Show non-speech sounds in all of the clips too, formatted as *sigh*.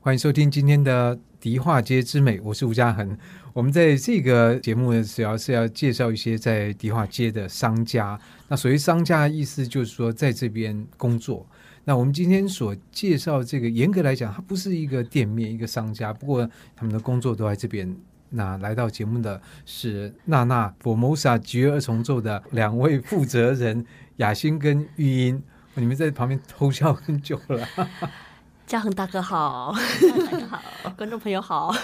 欢迎收听今天的《迪化街之美》，我是吴嘉恒。我们在这个节目呢，主要是要介绍一些在迪化街的商家。那所谓商家，意思就是说在这边工作。那我们今天所介绍这个，严格来讲，它不是一个店面，一个商家，不过他们的工作都在这边。那来到节目的是娜娜 Formosa 菊儿重奏的两位负责人雅欣跟玉英，你们在旁边偷笑很久了。嘉恒大哥好，大家好， *laughs* 观众朋友好，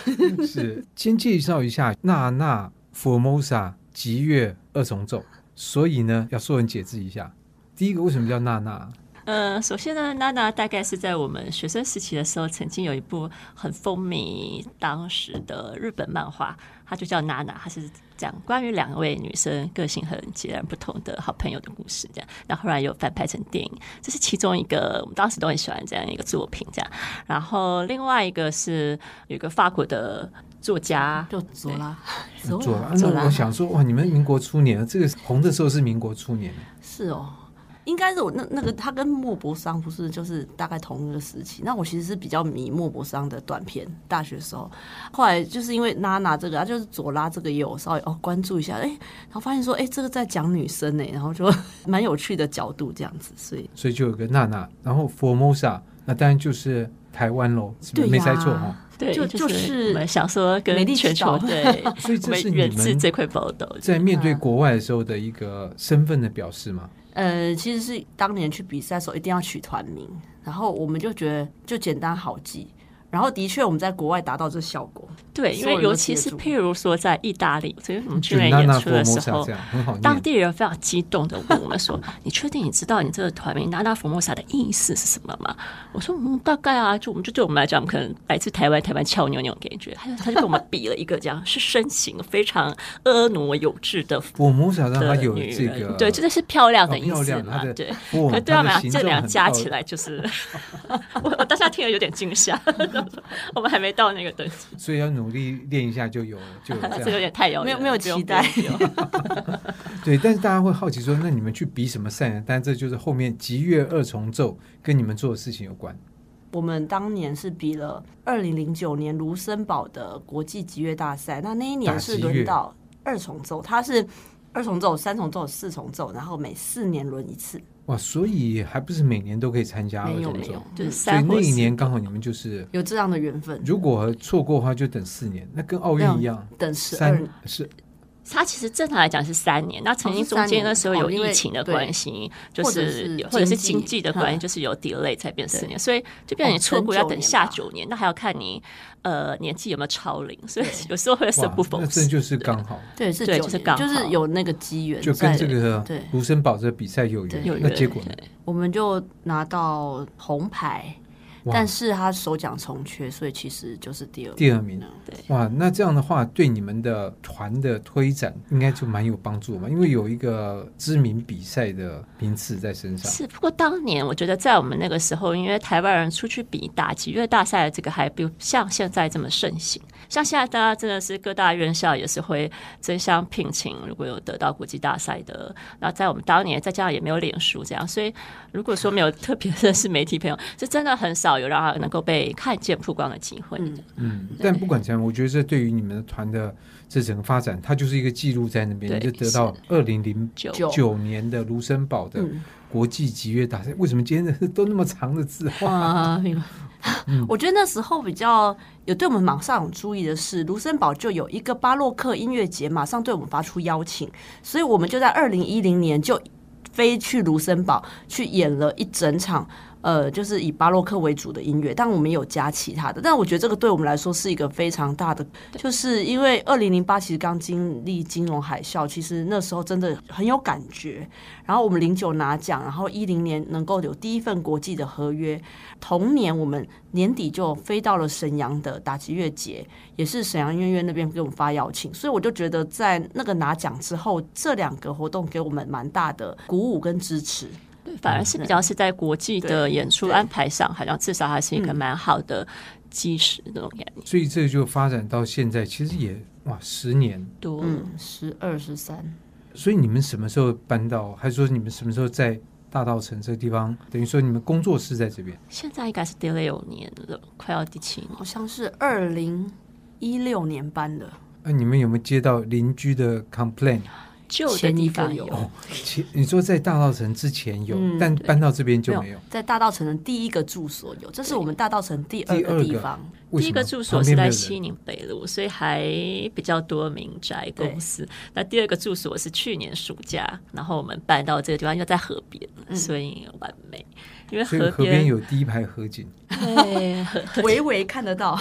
是，先介绍一下娜娜 Formosa 吉月二重奏。所以呢，要说文解字一下。第一个，为什么叫娜娜？呃，首先呢，娜娜大概是在我们学生时期的时候，曾经有一部很风靡当时的日本漫画，它就叫娜娜，它是讲关于两位女生个性很截然不同的好朋友的故事，这样。那后来又翻拍成电影，这是其中一个，我们当时都很喜欢这样一个作品，这样。然后另外一个是有一个法国的作家，就左拉，哦做了。左那拉我想说，哇，你们民国初年，这个红的时候是民国初年，是哦。应该是我那那个他跟莫泊桑不是就是大概同一个时期，那我其实是比较迷莫泊桑的短片，大学时候，后来就是因为娜娜这个，他就是左拉这个也有稍微哦关注一下，哎、然后发现说哎、这个在讲女生呢、然后就蛮有趣的角度这样子，所以所以就有个娜娜，然后 Formosa，那当然就是台湾喽，是不对是没呀猜错哦。对，就就是我们想说美跟丽全之岛球对，所以这我是们你源自们这块报道，在面对国外的时候的一个身份的表示嘛。呃，其实是当年去比赛的时候一定要取团名，然后我们就觉得就简单好记，然后的确我们在国外达到这效果，对，因所有为人都尤其接是触譬如说在意大利，所以我们去就那娜娜演出的时 Formosa 候这，样很好当念，地人非常激动的问我们说：“你确定你知道你这个团名‘娜娜佛莫萨’的意思是什么吗？”我说：“嗯，大概啊，就我们就对我们来讲，我们可能来自台湾，台湾俏妞那种 *laughs* 感觉。”他就他就跟我们比了一个这样，是身形非常婀娜有致的我母想让的她有女这人个，，对，这就是漂亮哦啊的意漂思亮她嘛的， *laughs* 对。 *laughs* 哇，可对她我们俩的形这状两很哦加漂起亮来就是， *laughs* 我我到现在听了有点惊吓， *laughs* 我们还没到那个等级，所以要努力练一下就 *laughs* 有就有这这有样。点太遥远了，没有没有不用期待不用不用 *laughs* 对，但是大家会好奇说，那你们去比什么赛呢？但这就是后面吉月二重奏跟你们做的事情有关。我们当年是比了二零零九年卢森堡的国际吉乐大赛，那那一年是轮到二重奏，它是二重奏、三重奏、四重奏，然后每四年轮一次。哇，所以还不是每年都可以参加二没有重没奏有，就是所以三那或一四年刚好你们就是，有这样的缘分，如果错过的话就等四年，那跟奥运一样，等十二三是它其实正常来讲是三年，那哦曾经中间的时候有疫情的关系，就哦因为是对或者是经济经济的关系，嗯就是有 delay 才变四年，所以就变成你错过哦要整等九下年吧九年，那还要看你呃年纪有没有超龄，所以有时候会生哇不，逢那时这。就是刚好，对是对九就是年，刚好就是有那个机缘就跟在，这个对卢森堡这比赛有缘。对有那缘结果呢？我们就拿到红牌，哇但是他首奖重缺，所以其实就是第二名。第二名。嗯对哇，那这样的话，对你们的团的推展应该就蛮有帮助嘛，因为有一个知名比赛的名次在身上。是，不过当年我觉得在我们那个时候，因为台湾人出去比打击乐大赛，这个还不像现在这么盛行。像现在大家真的是各大院校也是会争相聘请，如果有得到国际大赛的，那在我们当年再加上也没有脸书这样，所以如果说没有特别认识媒体朋友，是真的很少有让他能够被看见曝光的机会。嗯嗯，但不管怎样，我觉得这对于你们的团的这整个发展，它就是一个记录在那边，对你就得到二零零就就九年的卢森堡的嗯国际集乐大赛。为什么今天的都那么长的字？ *laughs* 哇，啊明白。我觉得那时候比较有对我们马上有注意的是，卢森堡就有一个巴洛克音乐节，马上对我们发出邀请，所以我们就在二零一零年就飞去卢森堡去演了一整场。呃，就是以巴洛克为主的音乐，但我们也有加其他的。但我觉得这个对我们来说是一个非常大的，就是因为二零零八其实刚经历金融海啸，其实那时候真的很有感觉。然后我们零九拿奖，然后一零年能够有第一份国际的合约，同年我们年底就飞到了沈阳的打击乐节，也是沈阳音乐院那边给我们发邀请，所以我就觉得在那个拿奖之后，这两个活动给我们蛮大的鼓舞跟支持。反而是比较是在国际的演出对嗯安排上，好像至少还是一个蛮好的基石那种感觉。所以这就发展到现在，其实也哇十年。多嗯，十二十三，所以你们什么时候搬到？还是说你们什么时候在大道城这个地方，等于说你们工作室在这边。现在应该是第六年了，快要第七年。好像是二零一六年搬的，那、啊你们有没有接到邻居的 complaint？哦旧的前地一个方有有，其你说在大道城之前有，嗯但哦对搬到这边就没有。在大道城的第一个住所有，这是我们大道城第二第二个个地方。为第什一么个住所旁是边没有在人西宁北路，所以还比较多民宅对公司。那第二个住所是去年暑假，然后我们搬到这个地方，又在河边，所以完美。因为所以河边边有第一排河 *laughs* 景。对，微微看得到。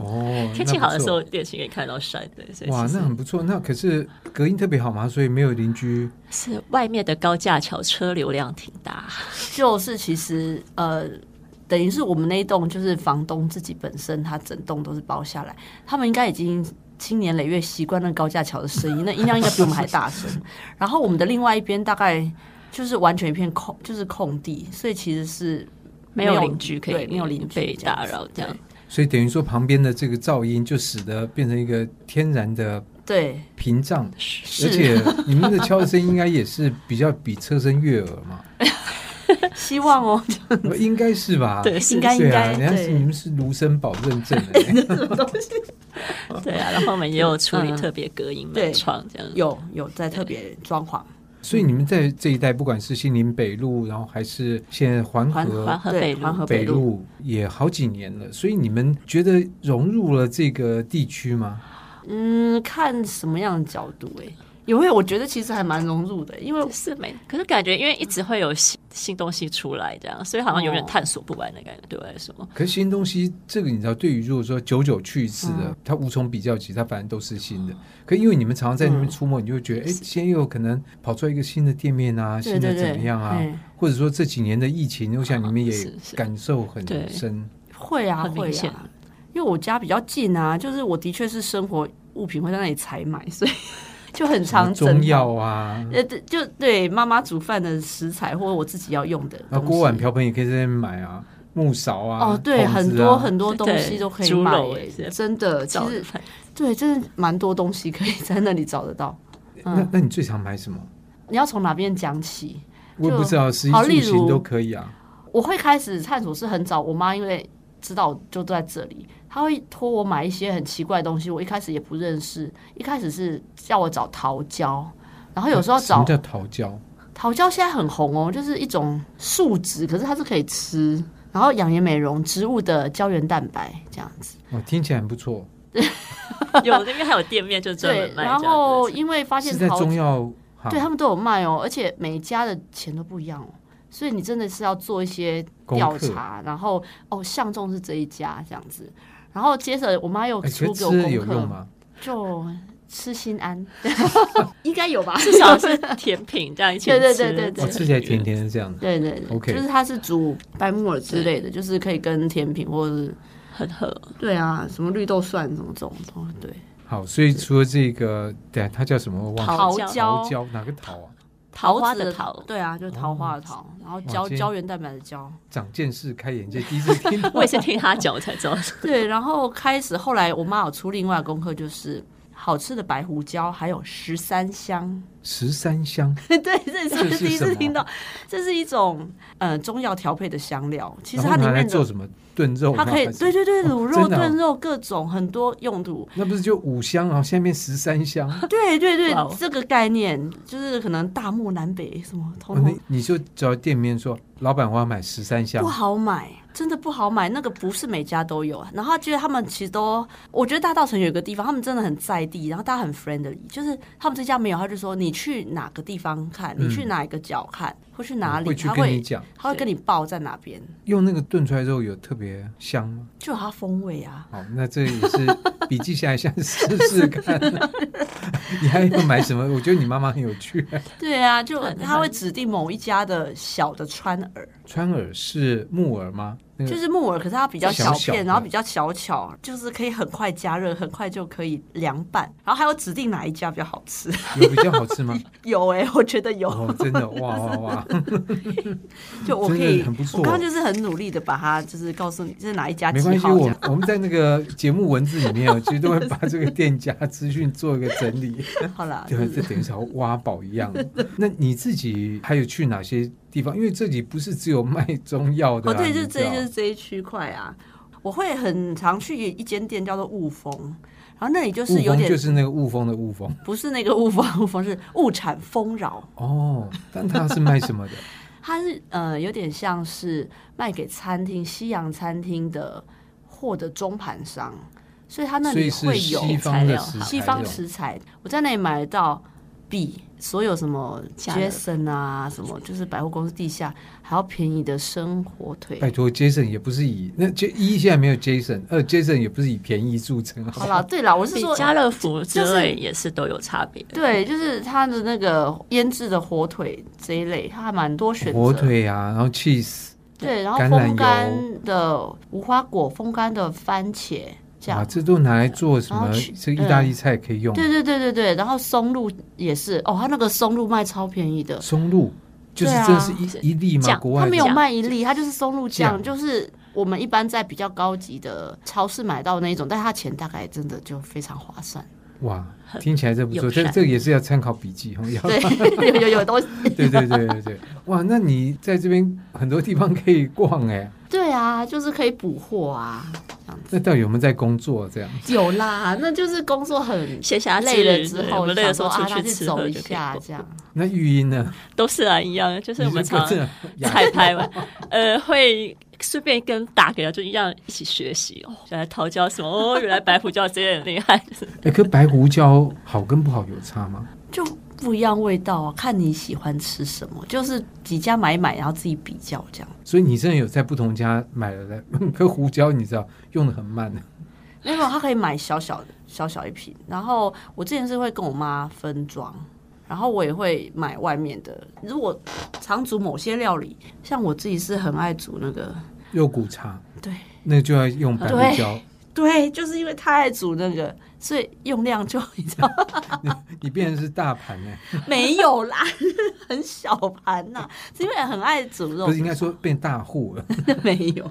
哦，天气好的时候，那电视可以看到山的，不所错。哇，以其那实很不错。那可是隔音特别好嘛，所以没有邻居。是外面的高架桥车流量挺大，就是其实呃，等于是我们那一栋就是房东自己本身，他整栋都是包下来，他们应该已经。经年累月习惯那高架桥的声音，那音量应该比我们还大声。然后我们的另外一边大概就是完全一片空，就是空地，所以其实是没有有邻居可对以没有邻居被这样打子扰，这样。所以等于说旁边的这个噪音就使得变成一个天然的对，屏障，是而且你们的敲声应该也是比较比车声悦耳 *laughs* 嘛，希望哦， *laughs* 应该是吧？对，应是该应对啊，该人家是你对们是卢森堡认证 *laughs* 的、欸，对啊，然后我们也有处理嗯特别隔音对门窗这样。有有在特别装潢，所以你们在这一带，不管是西宁北路，然后还是现在环环河环河对北路环河北北路路，也好几年了。所以你们觉得融入了这个地区吗？嗯，看什么样的角度哎、因为我觉得其实还蛮融入的，因为是没，可是感觉因为一直会有新新东西出来，这样，所以好像永远探索不完的感觉，对我来说。可是新东西这个你知道，对于如果说久久去一次嗯的，它无从比较起，它反正都是新的。可因为你们常常在那边出没，你就会觉得，哎，现在又有可能跑出来一个新的店面啊，嗯对新对的对，怎么样啊？嗯或者说这几年的疫情，我想你们也啊是是感受很对深。会啊，很明会显啊，因为我家比较近啊，就是我的确是生活物品会在那里采买， *laughs* 所以就很什么常整中药啊，呃，对就对妈妈煮饭的食材或者我自己要用的那东西啊锅碗瓢盆也可以在那边买啊，木勺啊，哦，对，桶子啊很多很多东对西都可以猪买肉耶、也是真的，其找实饭对，真的蛮多东西可以在那里找得到。嗯那那你最常买什么？你要从哪边讲起？我也不知道，十一好住例行如都可以啊。我会开始探索是很早，我妈因为知道我就在这里，她会托我买一些很奇怪的东西，我一开始也不认识，一开始是叫我找桃胶，然后有时候什么找叫桃胶？桃胶现在很红哦，就是一种树脂，可是它是可以吃，然后养颜美容植物的胶原蛋白这样子。哦，听起来很不错， *laughs* 有那边还有店面就专门对，卖然这样后子。因为发是现在桃中药行对他们都有卖哦，而且每一家的钱都不一样哦，所以你真的是要做一些功调课。查，然后哦相中是这一家这样子，然后接着我妈又哎，哦出可是给我吃有功用课，吗？就吃心安， *laughs* 应该有吧？至少是甜品这样一起对对吃对对对哦，吃起来甜甜的这样子。 *laughs* 对对对 OK 就是它是煮白木耳之类的，就是可以跟甜品或者是很合。对啊，什么绿豆蒜什么这种东西，对，好，所以除了这个，对啊，它叫什么？我忘了。桃胶桃胶哪个桃啊？桃桃花子的桃，对啊，就是桃花的桃，然后胶今天胶原蛋白的胶，长见识，开眼界，第一次 *laughs* 听到。我也是听他讲我才知道。对，然后开始后来我妈有出另外的功课，就是好吃的白胡椒，还有十三香。十三香， *laughs* 对，这这是是第一什次么听到，这是一种呃中药调配的香料，其实然它后里拿来面做的什么？炖肉吗？它可以还是对对对卤肉、真的哦炖肉各种很多用途，那不是就五香，然后下面十三香？对对对哇哦，这个概念就是可能大漠南北什么通 *laughs* 哦通你你就找店面说，老板我要买十三香不，好买，真的不好买。那个不是每家都有。啊然后觉得他们其实都，我觉得大道城有一个地方，他们真的很在地，然后大家很 friendly，就是他们这家没有，他就说你去哪个地方看，你去哪一个角看，或去哪里，嗯哦会去他跟你会讲。他会跟你报在哪边，用那个炖出来肉有特别香吗？就有它风味啊。好，那这也 *laughs* 是笔记下来，想试试看。 *laughs* 你还要买什么？我觉得你妈妈很有趣。对啊，就对他会指定某一家的小的川耳，川耳是木耳吗？那个就是木耳，可是它比较嗯小小小的片，然后比较小巧，就是可以很快加热，很快就可以凉拌。然后还有指定哪一家比较好吃， *laughs* 有比较好吃吗？有哎、我觉得 *laughs* 有。哦，真的，哇哇哇！*laughs* 就我真可的以，很不错我刚刚就是很努力的把它，就是告诉你这是哪一家没几关系，号这我样。我们在那个节目文字里面哦，其实都会把这个店家资讯做一个整 *laughs* 理，好啦，*laughs* 就对，这啊是等于是要挖宝一样。那你自己还有去哪些地方，因为这里不是只有卖中药的、哦，啊。对，你就是知这道就是这一区块啊。我会很常去一间店叫做雾峰，然后那里就是雾有峰点就是那个雾峰的雾峰不是那个雾峰， *laughs* 雾峰是物产丰饶，哦，但它是卖什么的？它是呃有点像是卖给餐厅西洋餐厅的货的中盘商，所以它 *laughs* 那所里以是会有西材方的料食好材西方用食材，我在那里买得到比所有什么加了 Jason 啊，什么就是百货公司地下还要便宜的生火腿。拜托，Jason 也不是以那 J 一现在没有 Jason，二 Jason 也不是以便宜著称。好啦，对啦，我是比说，家乐福之就是类也是都有差别。对，就是它的那个腌制的火腿这一类，它还蛮多选择。火腿啊，然后 cheese，对，然后橄榄风油干的无花果，风干的番茄这啊，样。这都拿来做什么然后？嗯去这意大利菜可以用。对对对对对，然后松露也是哦，它那个松露卖超便宜的，松露就是对啊真的是一一粒吗？酱国它外没有的酱卖一粒，它就是松露酱，酱就是我们一般在比较高级的超市买到那一种，但它钱大概真的就非常划算。哇，听起来这不错，友善这这个也是要参考笔记。哦要 *laughs* 对， *laughs* 有有有东西。对对对对对，哇，那你在这边很多地方可以逛哎，对啊，就是可以补货啊，那到底有没有在工作这样？有啦，那就是工作很闲暇之累余了之对后，我们累的时候想说出啊，那去去吃走喝一就可以下逛这样。那育婴呢？都是啊，一样，就是我们你如果常真 *laughs* 的养彩排完，呃，会顺便跟打给他，就一样一起学习哦。原来桃胶什么哦，原来白胡椒这些很厉害，就是哎，可白胡椒好跟不好有差吗？就不一样味道啊，看你喜欢吃什么，就是几家买一买，然后自己比较这样。所以你真的有在不同家买了的， *laughs* 可胡椒你知道用的很慢的，没有，他可以买小小的、小小一瓶。然后我之前是会跟我妈分装，然后我也会买外面的。如果常煮某些料理，像我自己是很爱煮那个，肉骨茶对那就要用白胡椒，对， *laughs* 就是因为太爱煮那个，所以用量就 *laughs* 你知道你变成是大盘哎，没有啦，很小盘呐、是因为很爱煮 *laughs* 肉 *laughs* 不是，应该说变大户了。没有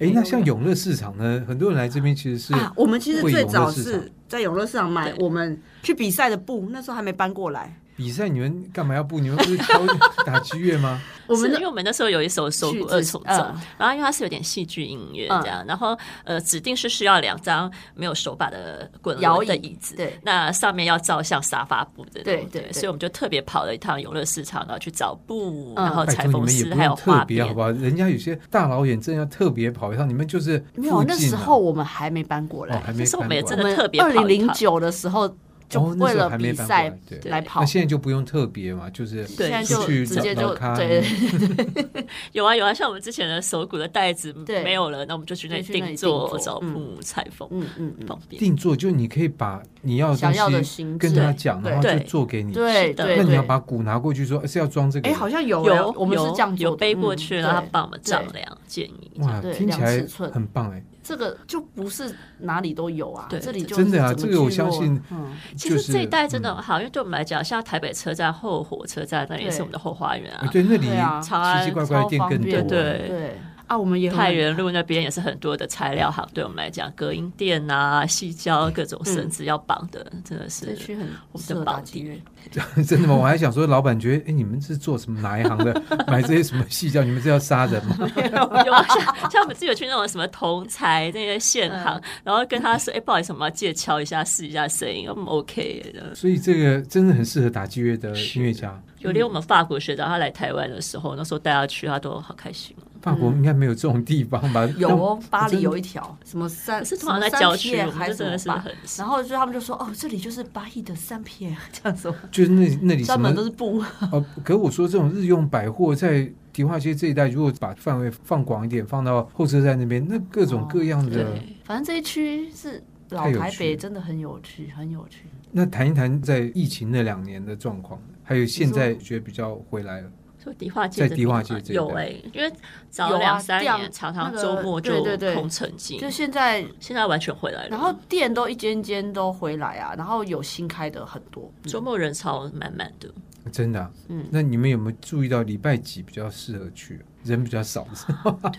哎，那像永乐市场呢，很多人来这边其实是啊。我们其实会最永乐早市是在永乐市场买我们去比赛的布，那时候还没搬过来。比赛，你们干嘛要不？你们不是敲 *laughs* 打击乐吗？ *laughs* *laughs* 我们因的为我们那时候有一首手曲鼓子二重奏嗯，然后因为它是有点戏剧音乐嗯这样，然后呃指定是需要两张没有手把的滚摇轮的椅椅子，对那上面要照像沙发布的那种，对对对所以我们就特别跑了一趟游乐市场，然后去找布，嗯然后拜裁托你缝们也师不还有用特花别好边不，好？人家有些大老远真的要特别跑一趟，你们就是没有，附那近时啊候我们还没搬过哦来。还没那时候我们也搬过真来的特别二跑一趟零零九的时候就哦那为时候了还没比搬过赛来对来跑那，现在就不用特别嘛，就是对现在出就去直接找就老咖对，有啊有啊，像我们之前的手鼓的袋子对没有了，那我们就去那就去那定里做定做找布嗯裁缝，嗯嗯嗯，方便。定做，就你可以把你要想要的东西形跟他制，讲，对然后就对做给你。对是的对那你要对。把鼓拿过去说，呃是要装这个哎，的。好像有有我们是有这样做的有背过去，嗯然后他对帮我们丈对量建议。哇，对听起量来尺寸很棒哎！这个就不是哪里都有啊，对这里就真的啊是整这个我聚相落信嗯，其就实是嗯这一带真啊的很好，因为对我们来讲，像台北车站后火车站那也是我们的后花园哎啊，对，那里对啊长安奇奇怪怪的店更多超啊。方便对对啊，我们也很太原路那边也是很多的材料行，对我们来讲，隔音垫啊、细胶各种绳子要绑的，真的这是区很我们适的合宝打击乐地。。 *laughs* 真的吗？我还想说，老板觉得，哎，你们是做什么哪一行的？ *laughs* 买这些什么细胶？你们是要杀人吗？ *laughs* *laughs* 有啊像像我们自己有去那种什么铜材那个现行，嗯然后跟他说：“哎，不好意思，我们要借敲一下，试一下声音，我们 OK 的。所以这个真的很适合打击乐的音乐家。”嗯有连我们法国学长他来台湾的时候，那时候带他去，他都好开心。哦法国应该没有这种地方吧？有但 *laughs* 哦，巴真黎的有一条什么三，可是通什么常在三郊区，撇我们还就真的什是么吧很少然后就他们就说哦，这里就是巴黎的三撇，这样子，就是那那里什专么门都是布，哦，可我说这种日用百货在迪化街这一带，如果把范围放广一点，放到后车站那边，那各哦种各样的。对。反正这一区是老太有台趣北，了真的很有趣，很有趣。那谈一谈在疫情那两年的状况，还有现在觉得比较回来了。说迪化街在的迪地化方，街这一有带哎、因为有早啊两三这样年常常那个周末就对对对空城计，就现在，现在完全回来了。嗯然后店都一间间都回来啊，然后有新开的很多，周末人潮满满的，真的、啊，嗯那你们有没有注意到礼拜几比较适合去？啊人比较少， *laughs*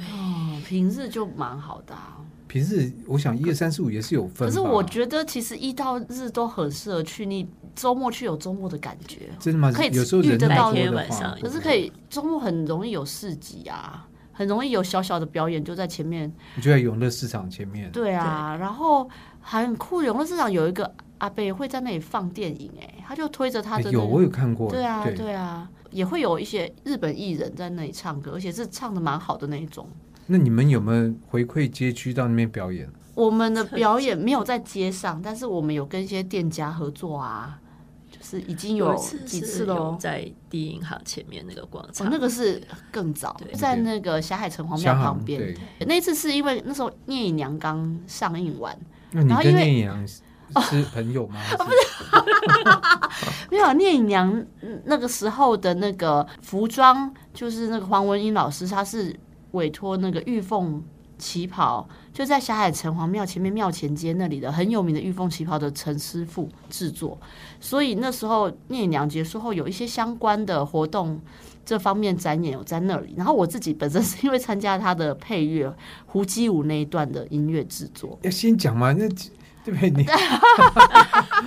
嗯，平日就蛮好的啊。平日我想一二三四五也是有分吧。可是我觉得其实一到日都很适合去，你周末去有周末的感觉，真的吗？可以有时候人遇得太到多天的晚话上可是可，以周末很容易有市集啊，很容易有小小的表演就在前面。你就在永乐市场前面，对啊，然后还很酷，永乐市场有一个阿伯会在那里放电影、哎，他就推着他哎的、那有个我有看过，对啊，对啊，也会有一些日本艺人在那里唱歌，而且是唱的蛮好的那一种。那你们有没有回馈街区到那边表演？我们的表演没有在街上，但是我们有跟一些店家合作啊，就是已经有一几是次有喽。在第一银行前面那个广哦场，，那个是更早对，在那个霞海城隍庙香港旁边。对，那一次是因为那时候《聂隐娘》刚上映完，那你然后跟因为聂阳是朋友吗？不是， *laughs* 没有《聂隐娘》嗯那个时候的那个服装，就是那个黄文英老师，他是委托那个玉凤旗袍，就在霞海城隍庙前面庙前街那里的很有名的玉凤旗袍的陈师傅制作。所以那时候《聂隐娘》结束后，有一些相关的活动。这方面展演有在那里，然后我自己本身是因为参加他的配乐胡姬舞那一段的音乐制作，要先讲嘛，那对不对？ *laughs* 你 *laughs*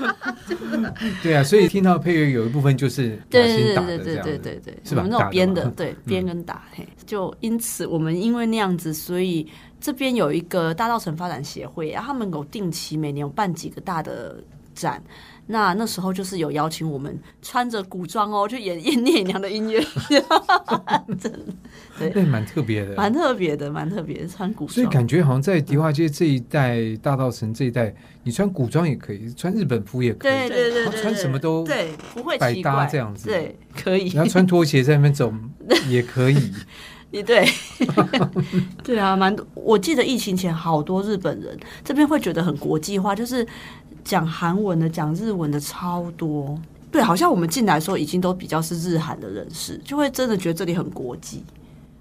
对啊，所以听到配乐有一部分就是打对心对打对的这对样对子。对对，是我吧们那种编打的，的嗯对编跟打，嘿，就因此我们因为那样子，所以这边有一个大稻城发展协会，啊然后他们有定期每年有办几个大的展。那那时候就是有邀请我们穿着古装哦，去演 *laughs* 演聂娘的音乐，那蛮特别的，蛮特别的，蛮特别的，穿古所以装。感觉好像在迪化街这一带、大稻城这一带，你穿古装也可以，穿日本服也可 *laughs* 对以，对对好对，穿什么都对，不会百奇搭怪这样子对，*laughs* 可以你。要穿拖鞋在那边 *laughs* 走也可以。你对， *laughs* 对啊，蛮多。我记得疫情前好多日本人这边会觉得很国际化，就是讲韩文的、讲日文的超多。对，好像我们进来的时候已经都比较是日韩的人士，就会真的觉得这里很国际。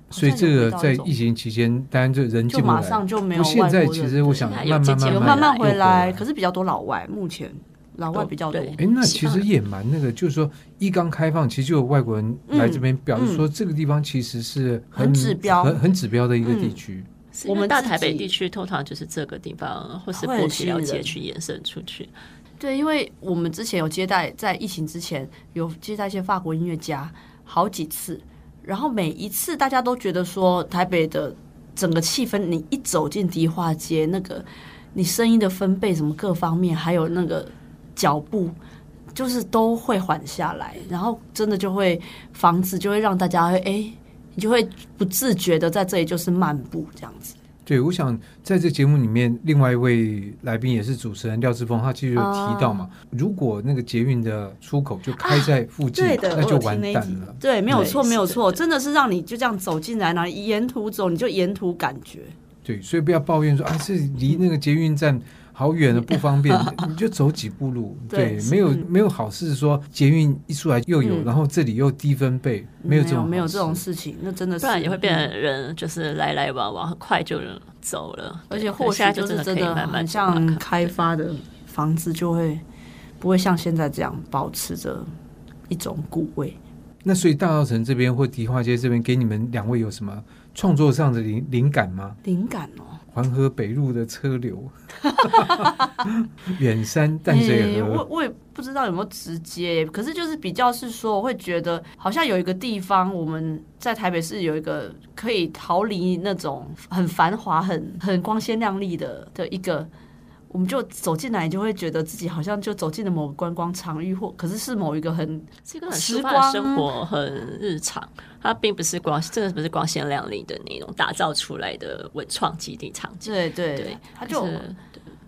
所以这个好像在有遇到一种疫情期间，当然就人就进不来，马上就没有不过现在外国人其实我想对慢慢有渐渐有慢慢慢慢回来，可哎，是比较多老外，目前老外比较多。对诶那其实也蛮那个，就是说一刚开放，其实就有外国人来这边，表示说这个地方其实是嗯很指标嗯很很指标的一个地区。是因为我们大自台北己地区通常就是这个地方，或是会布很匹吸了引街人去延伸出去。对，因为我们之前有接待，在疫情之前有接待一些法国音乐家好几次，然后每一次大家都觉得说台北的整个气氛，你一走进迪化街，那个你声音的分贝什么各方面，还有那个脚步。就是都会缓下来，然后真的就会房子就会让大家会哎，你就会不自觉的在这里就是漫步这样子。对，我想在这节目里面，另外一位来宾也是主持人廖志峰，他其实有提到嘛，哦如果那个捷运的出口就开在附啊近，那就完蛋了。对，没有错，对没有是错，的真的是让你就这样走进来，然后沿途走，你就沿途感觉。对，所以不要抱怨说啊，是离那个捷运站好远了，不 *laughs* 方便，你就走几步路。对对，是没有嗯没有好事说捷运一出来又有，嗯然后这里又低分贝，没有这种没有好这种事。事情，那真的是嗯不然也会变成人就是来来往往，很快就走了。而且对或许现在就是真真可以的慢慢很走慢像慢开发的房子就会不会像现在这样保持着一种古味。那所以大稻城这边或迪化街这边，给你们两位有什么创作上的灵灵感吗？灵感哦，黄河北路的车流， *laughs* 远山淡水诶河，嗯哎我我也不知道有没有直接，可是就是比较是说，我会觉得好像有一个地方，我们在台北市有一个可以逃离那种很繁华、很很光鲜亮丽的的一个。我们就走进来，就会觉得自己好像就走进了某个观光场域，或可是是某一个很这个很时舒发的生光活，很日常。它并不是光，真的不是光鲜亮丽的那种打造出来的文创基地场景。对对，对它就是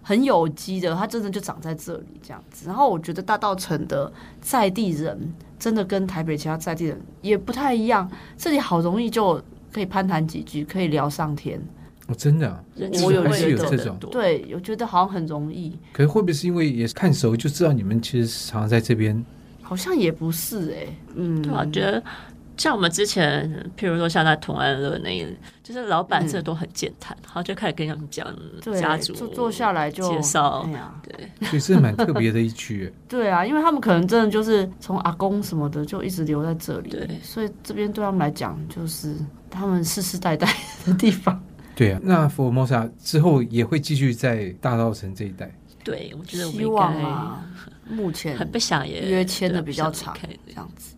很有机的，它真的就长在这里这样子。然后我觉得大稻城的在地人真的跟台北其他在地人也不太一样，这里好容易就可以攀谈几句，可以聊上天。哦，真的啊、人我有情味觉得真的这种多，对，我觉得好像很容易，可是会不会是因为也是看熟就知道你们其实常常在这边？好像也不是哎、嗯，对啊，我觉得像我们之前，譬如说像在同安乐那一，就是老板真的都很健谈，然后就开始跟他们讲嗯对，家族坐坐下来就介绍哎，呀对，所以是蛮特别的一区耶。对啊，因为他们可能真的就是从阿公什么的就一直留在这里，对所以这边对他们来讲就是他们世世代代的地方。 *laughs* 对啊，那福尔摩沙之后也会继续在大稻城这一 *laughs* 带。对，我觉得我们希应望该啊，目前很不想也约签的比较对啊长不想离，这样子。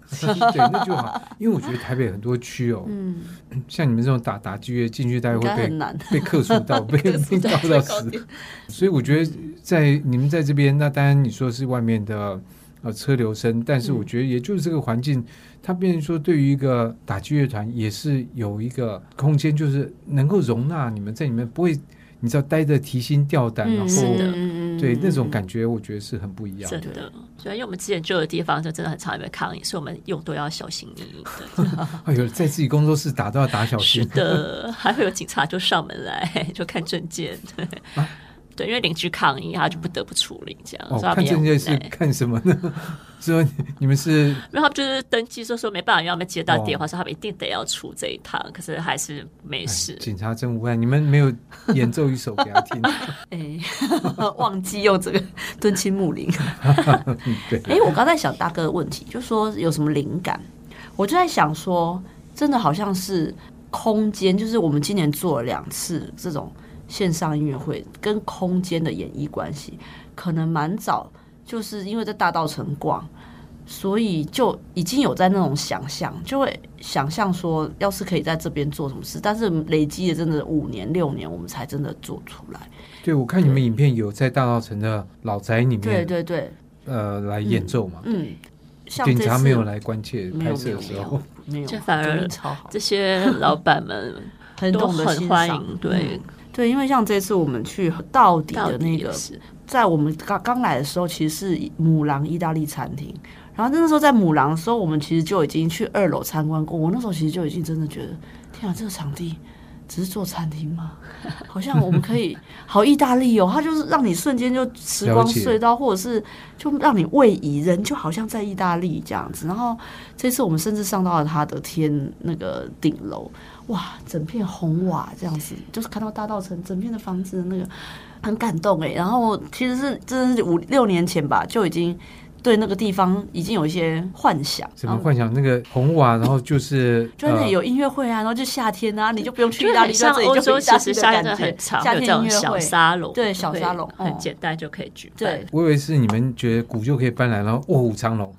对，那就好，因为我觉得台北很多区哦，嗯，像你们这种打打击乐进去，大概应该会很被难。被克数到，被被告开到死。 *laughs* 所以我觉得在你们在这边，那当然你说是外面的呃车流声，但是我觉得也就是这个环境，它变成说对于一个打击乐团也是有一个空间，就是能够容纳你们在里面不会，你知道待的提心吊胆，然嗯，后是的嗯对那种感觉，我觉得是很不一样真的。的，所以因为我们之前住的地方就真的很常有被抗议，所以我们用都要小心翼翼的。哎呦，在自己工作室打都要打小是心，的，还会有警察就上门来， *laughs* 就看证件。对， *laughs* 对，因为邻居抗议，他就不得不处理这样。啊哦所以他，看们这也很件无事奈看什么呢？ *laughs* 说你你们是然后他们就是登记说说没办法，因为他们接到电话哦说他们一定得要出这一趟，可是还是没事哎。警察真无赖，你们没有演奏一首给他 *laughs* 听，哎， *laughs* 忘记用这个敦亲睦邻。嗯对，哎、我刚才想大哥的问题，就说有什么灵感，我就在想说，真的好像是空间，就是我们今年做了两次这种线上音乐会，跟空间的演绎关系，可能蛮早，就是因为在大道城逛。所以就已经有在那种想象，就会想象说，要是可以在这边做什么事，但是累积了真的五年六年，我们才真的做出来。对我看你们影片有在大稻城的老宅里对面，对对，呃，来演奏嘛。嗯，像警这察次没有来关切没有拍摄的时候，，没有，这反而隔音超好，这些老板们很都懂得很欣欢赏迎，对，对，因为像这次我们去到底到的嗯那底也个，是在我们刚刚来的时候，其实是母狼意大利餐厅。然后那时候在母狼的时候，我们其实就已经去二楼参观过。我那时候其实就已经真的觉得，天啊，这个场地只是做餐 *laughs* 厅吗？好像我们可以好意大利哦，它就是让你瞬间就时了光解隧道，或者是就让你位移，人就好像在意大利这样子。然后这次我们甚至上到了它的天那个顶楼，哇，整片红瓦这样子，就是看到大道城整片的房子的那个很感动哎。然后其实是真的是五六年前吧，就已经对那个地方已经有一些幻想， *laughs* 怎然么后幻想那个红瓦，然后就是就在那呃里嗯有音乐会啊，然后就夏天啊，你就不用去就意大利，很像在这里欧就洲，有意其大实利的夏天感真的觉很常夏有这天音种乐小会沙龙，对小会沙龙很嗯简单就可以举办。对，我以为是你们觉得古就可以搬来，然后哦卧虎藏 *laughs* 龙，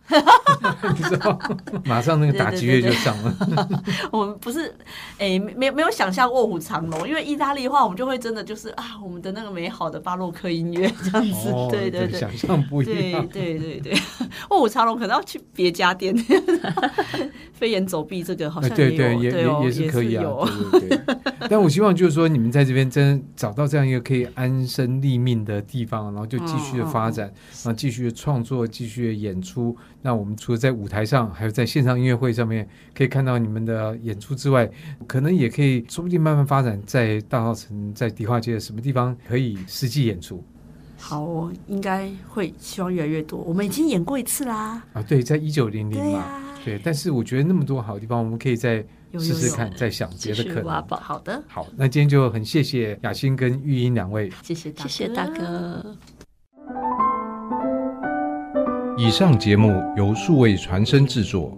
你知道，马上那个打击乐就上 *laughs* 了。我们不是，诶，没没没有想象卧虎藏龙，因为意大利的话，我们就会真的就是啊，我们的那个美好的巴洛克音乐这样子，哦，对对对。想象不一对样。对对对， *laughs* 哦卧虎藏龙可能要去别家店，飞檐走壁这个好哎，像对有，对，也对哦也也是可以啊 *laughs* 有，对对对。但我希望就是说，你们在这边真找到这样一个可以安身立命的地方，然后就继嗯续的发展，然后继续的创作，继续的演出。那我们除了在舞台上，还有在线上音乐会上面可以看到你们的演出之外，可能也可以，说不定慢慢发展在大稻城，在迪化街的什么地方可以实际演出好哦，应该会希望越来越多。我们已经演过一次啦，啊？对，在一九零零对嘛。呀，对，但是我觉得那么多好地方，我们可以再有试有试有，看，再想别继的续可挖能。宝，好的，好，那今天就很谢谢雅欣跟玉英两位。谢谢大谢谢大哥。以上节目由数位传声制作，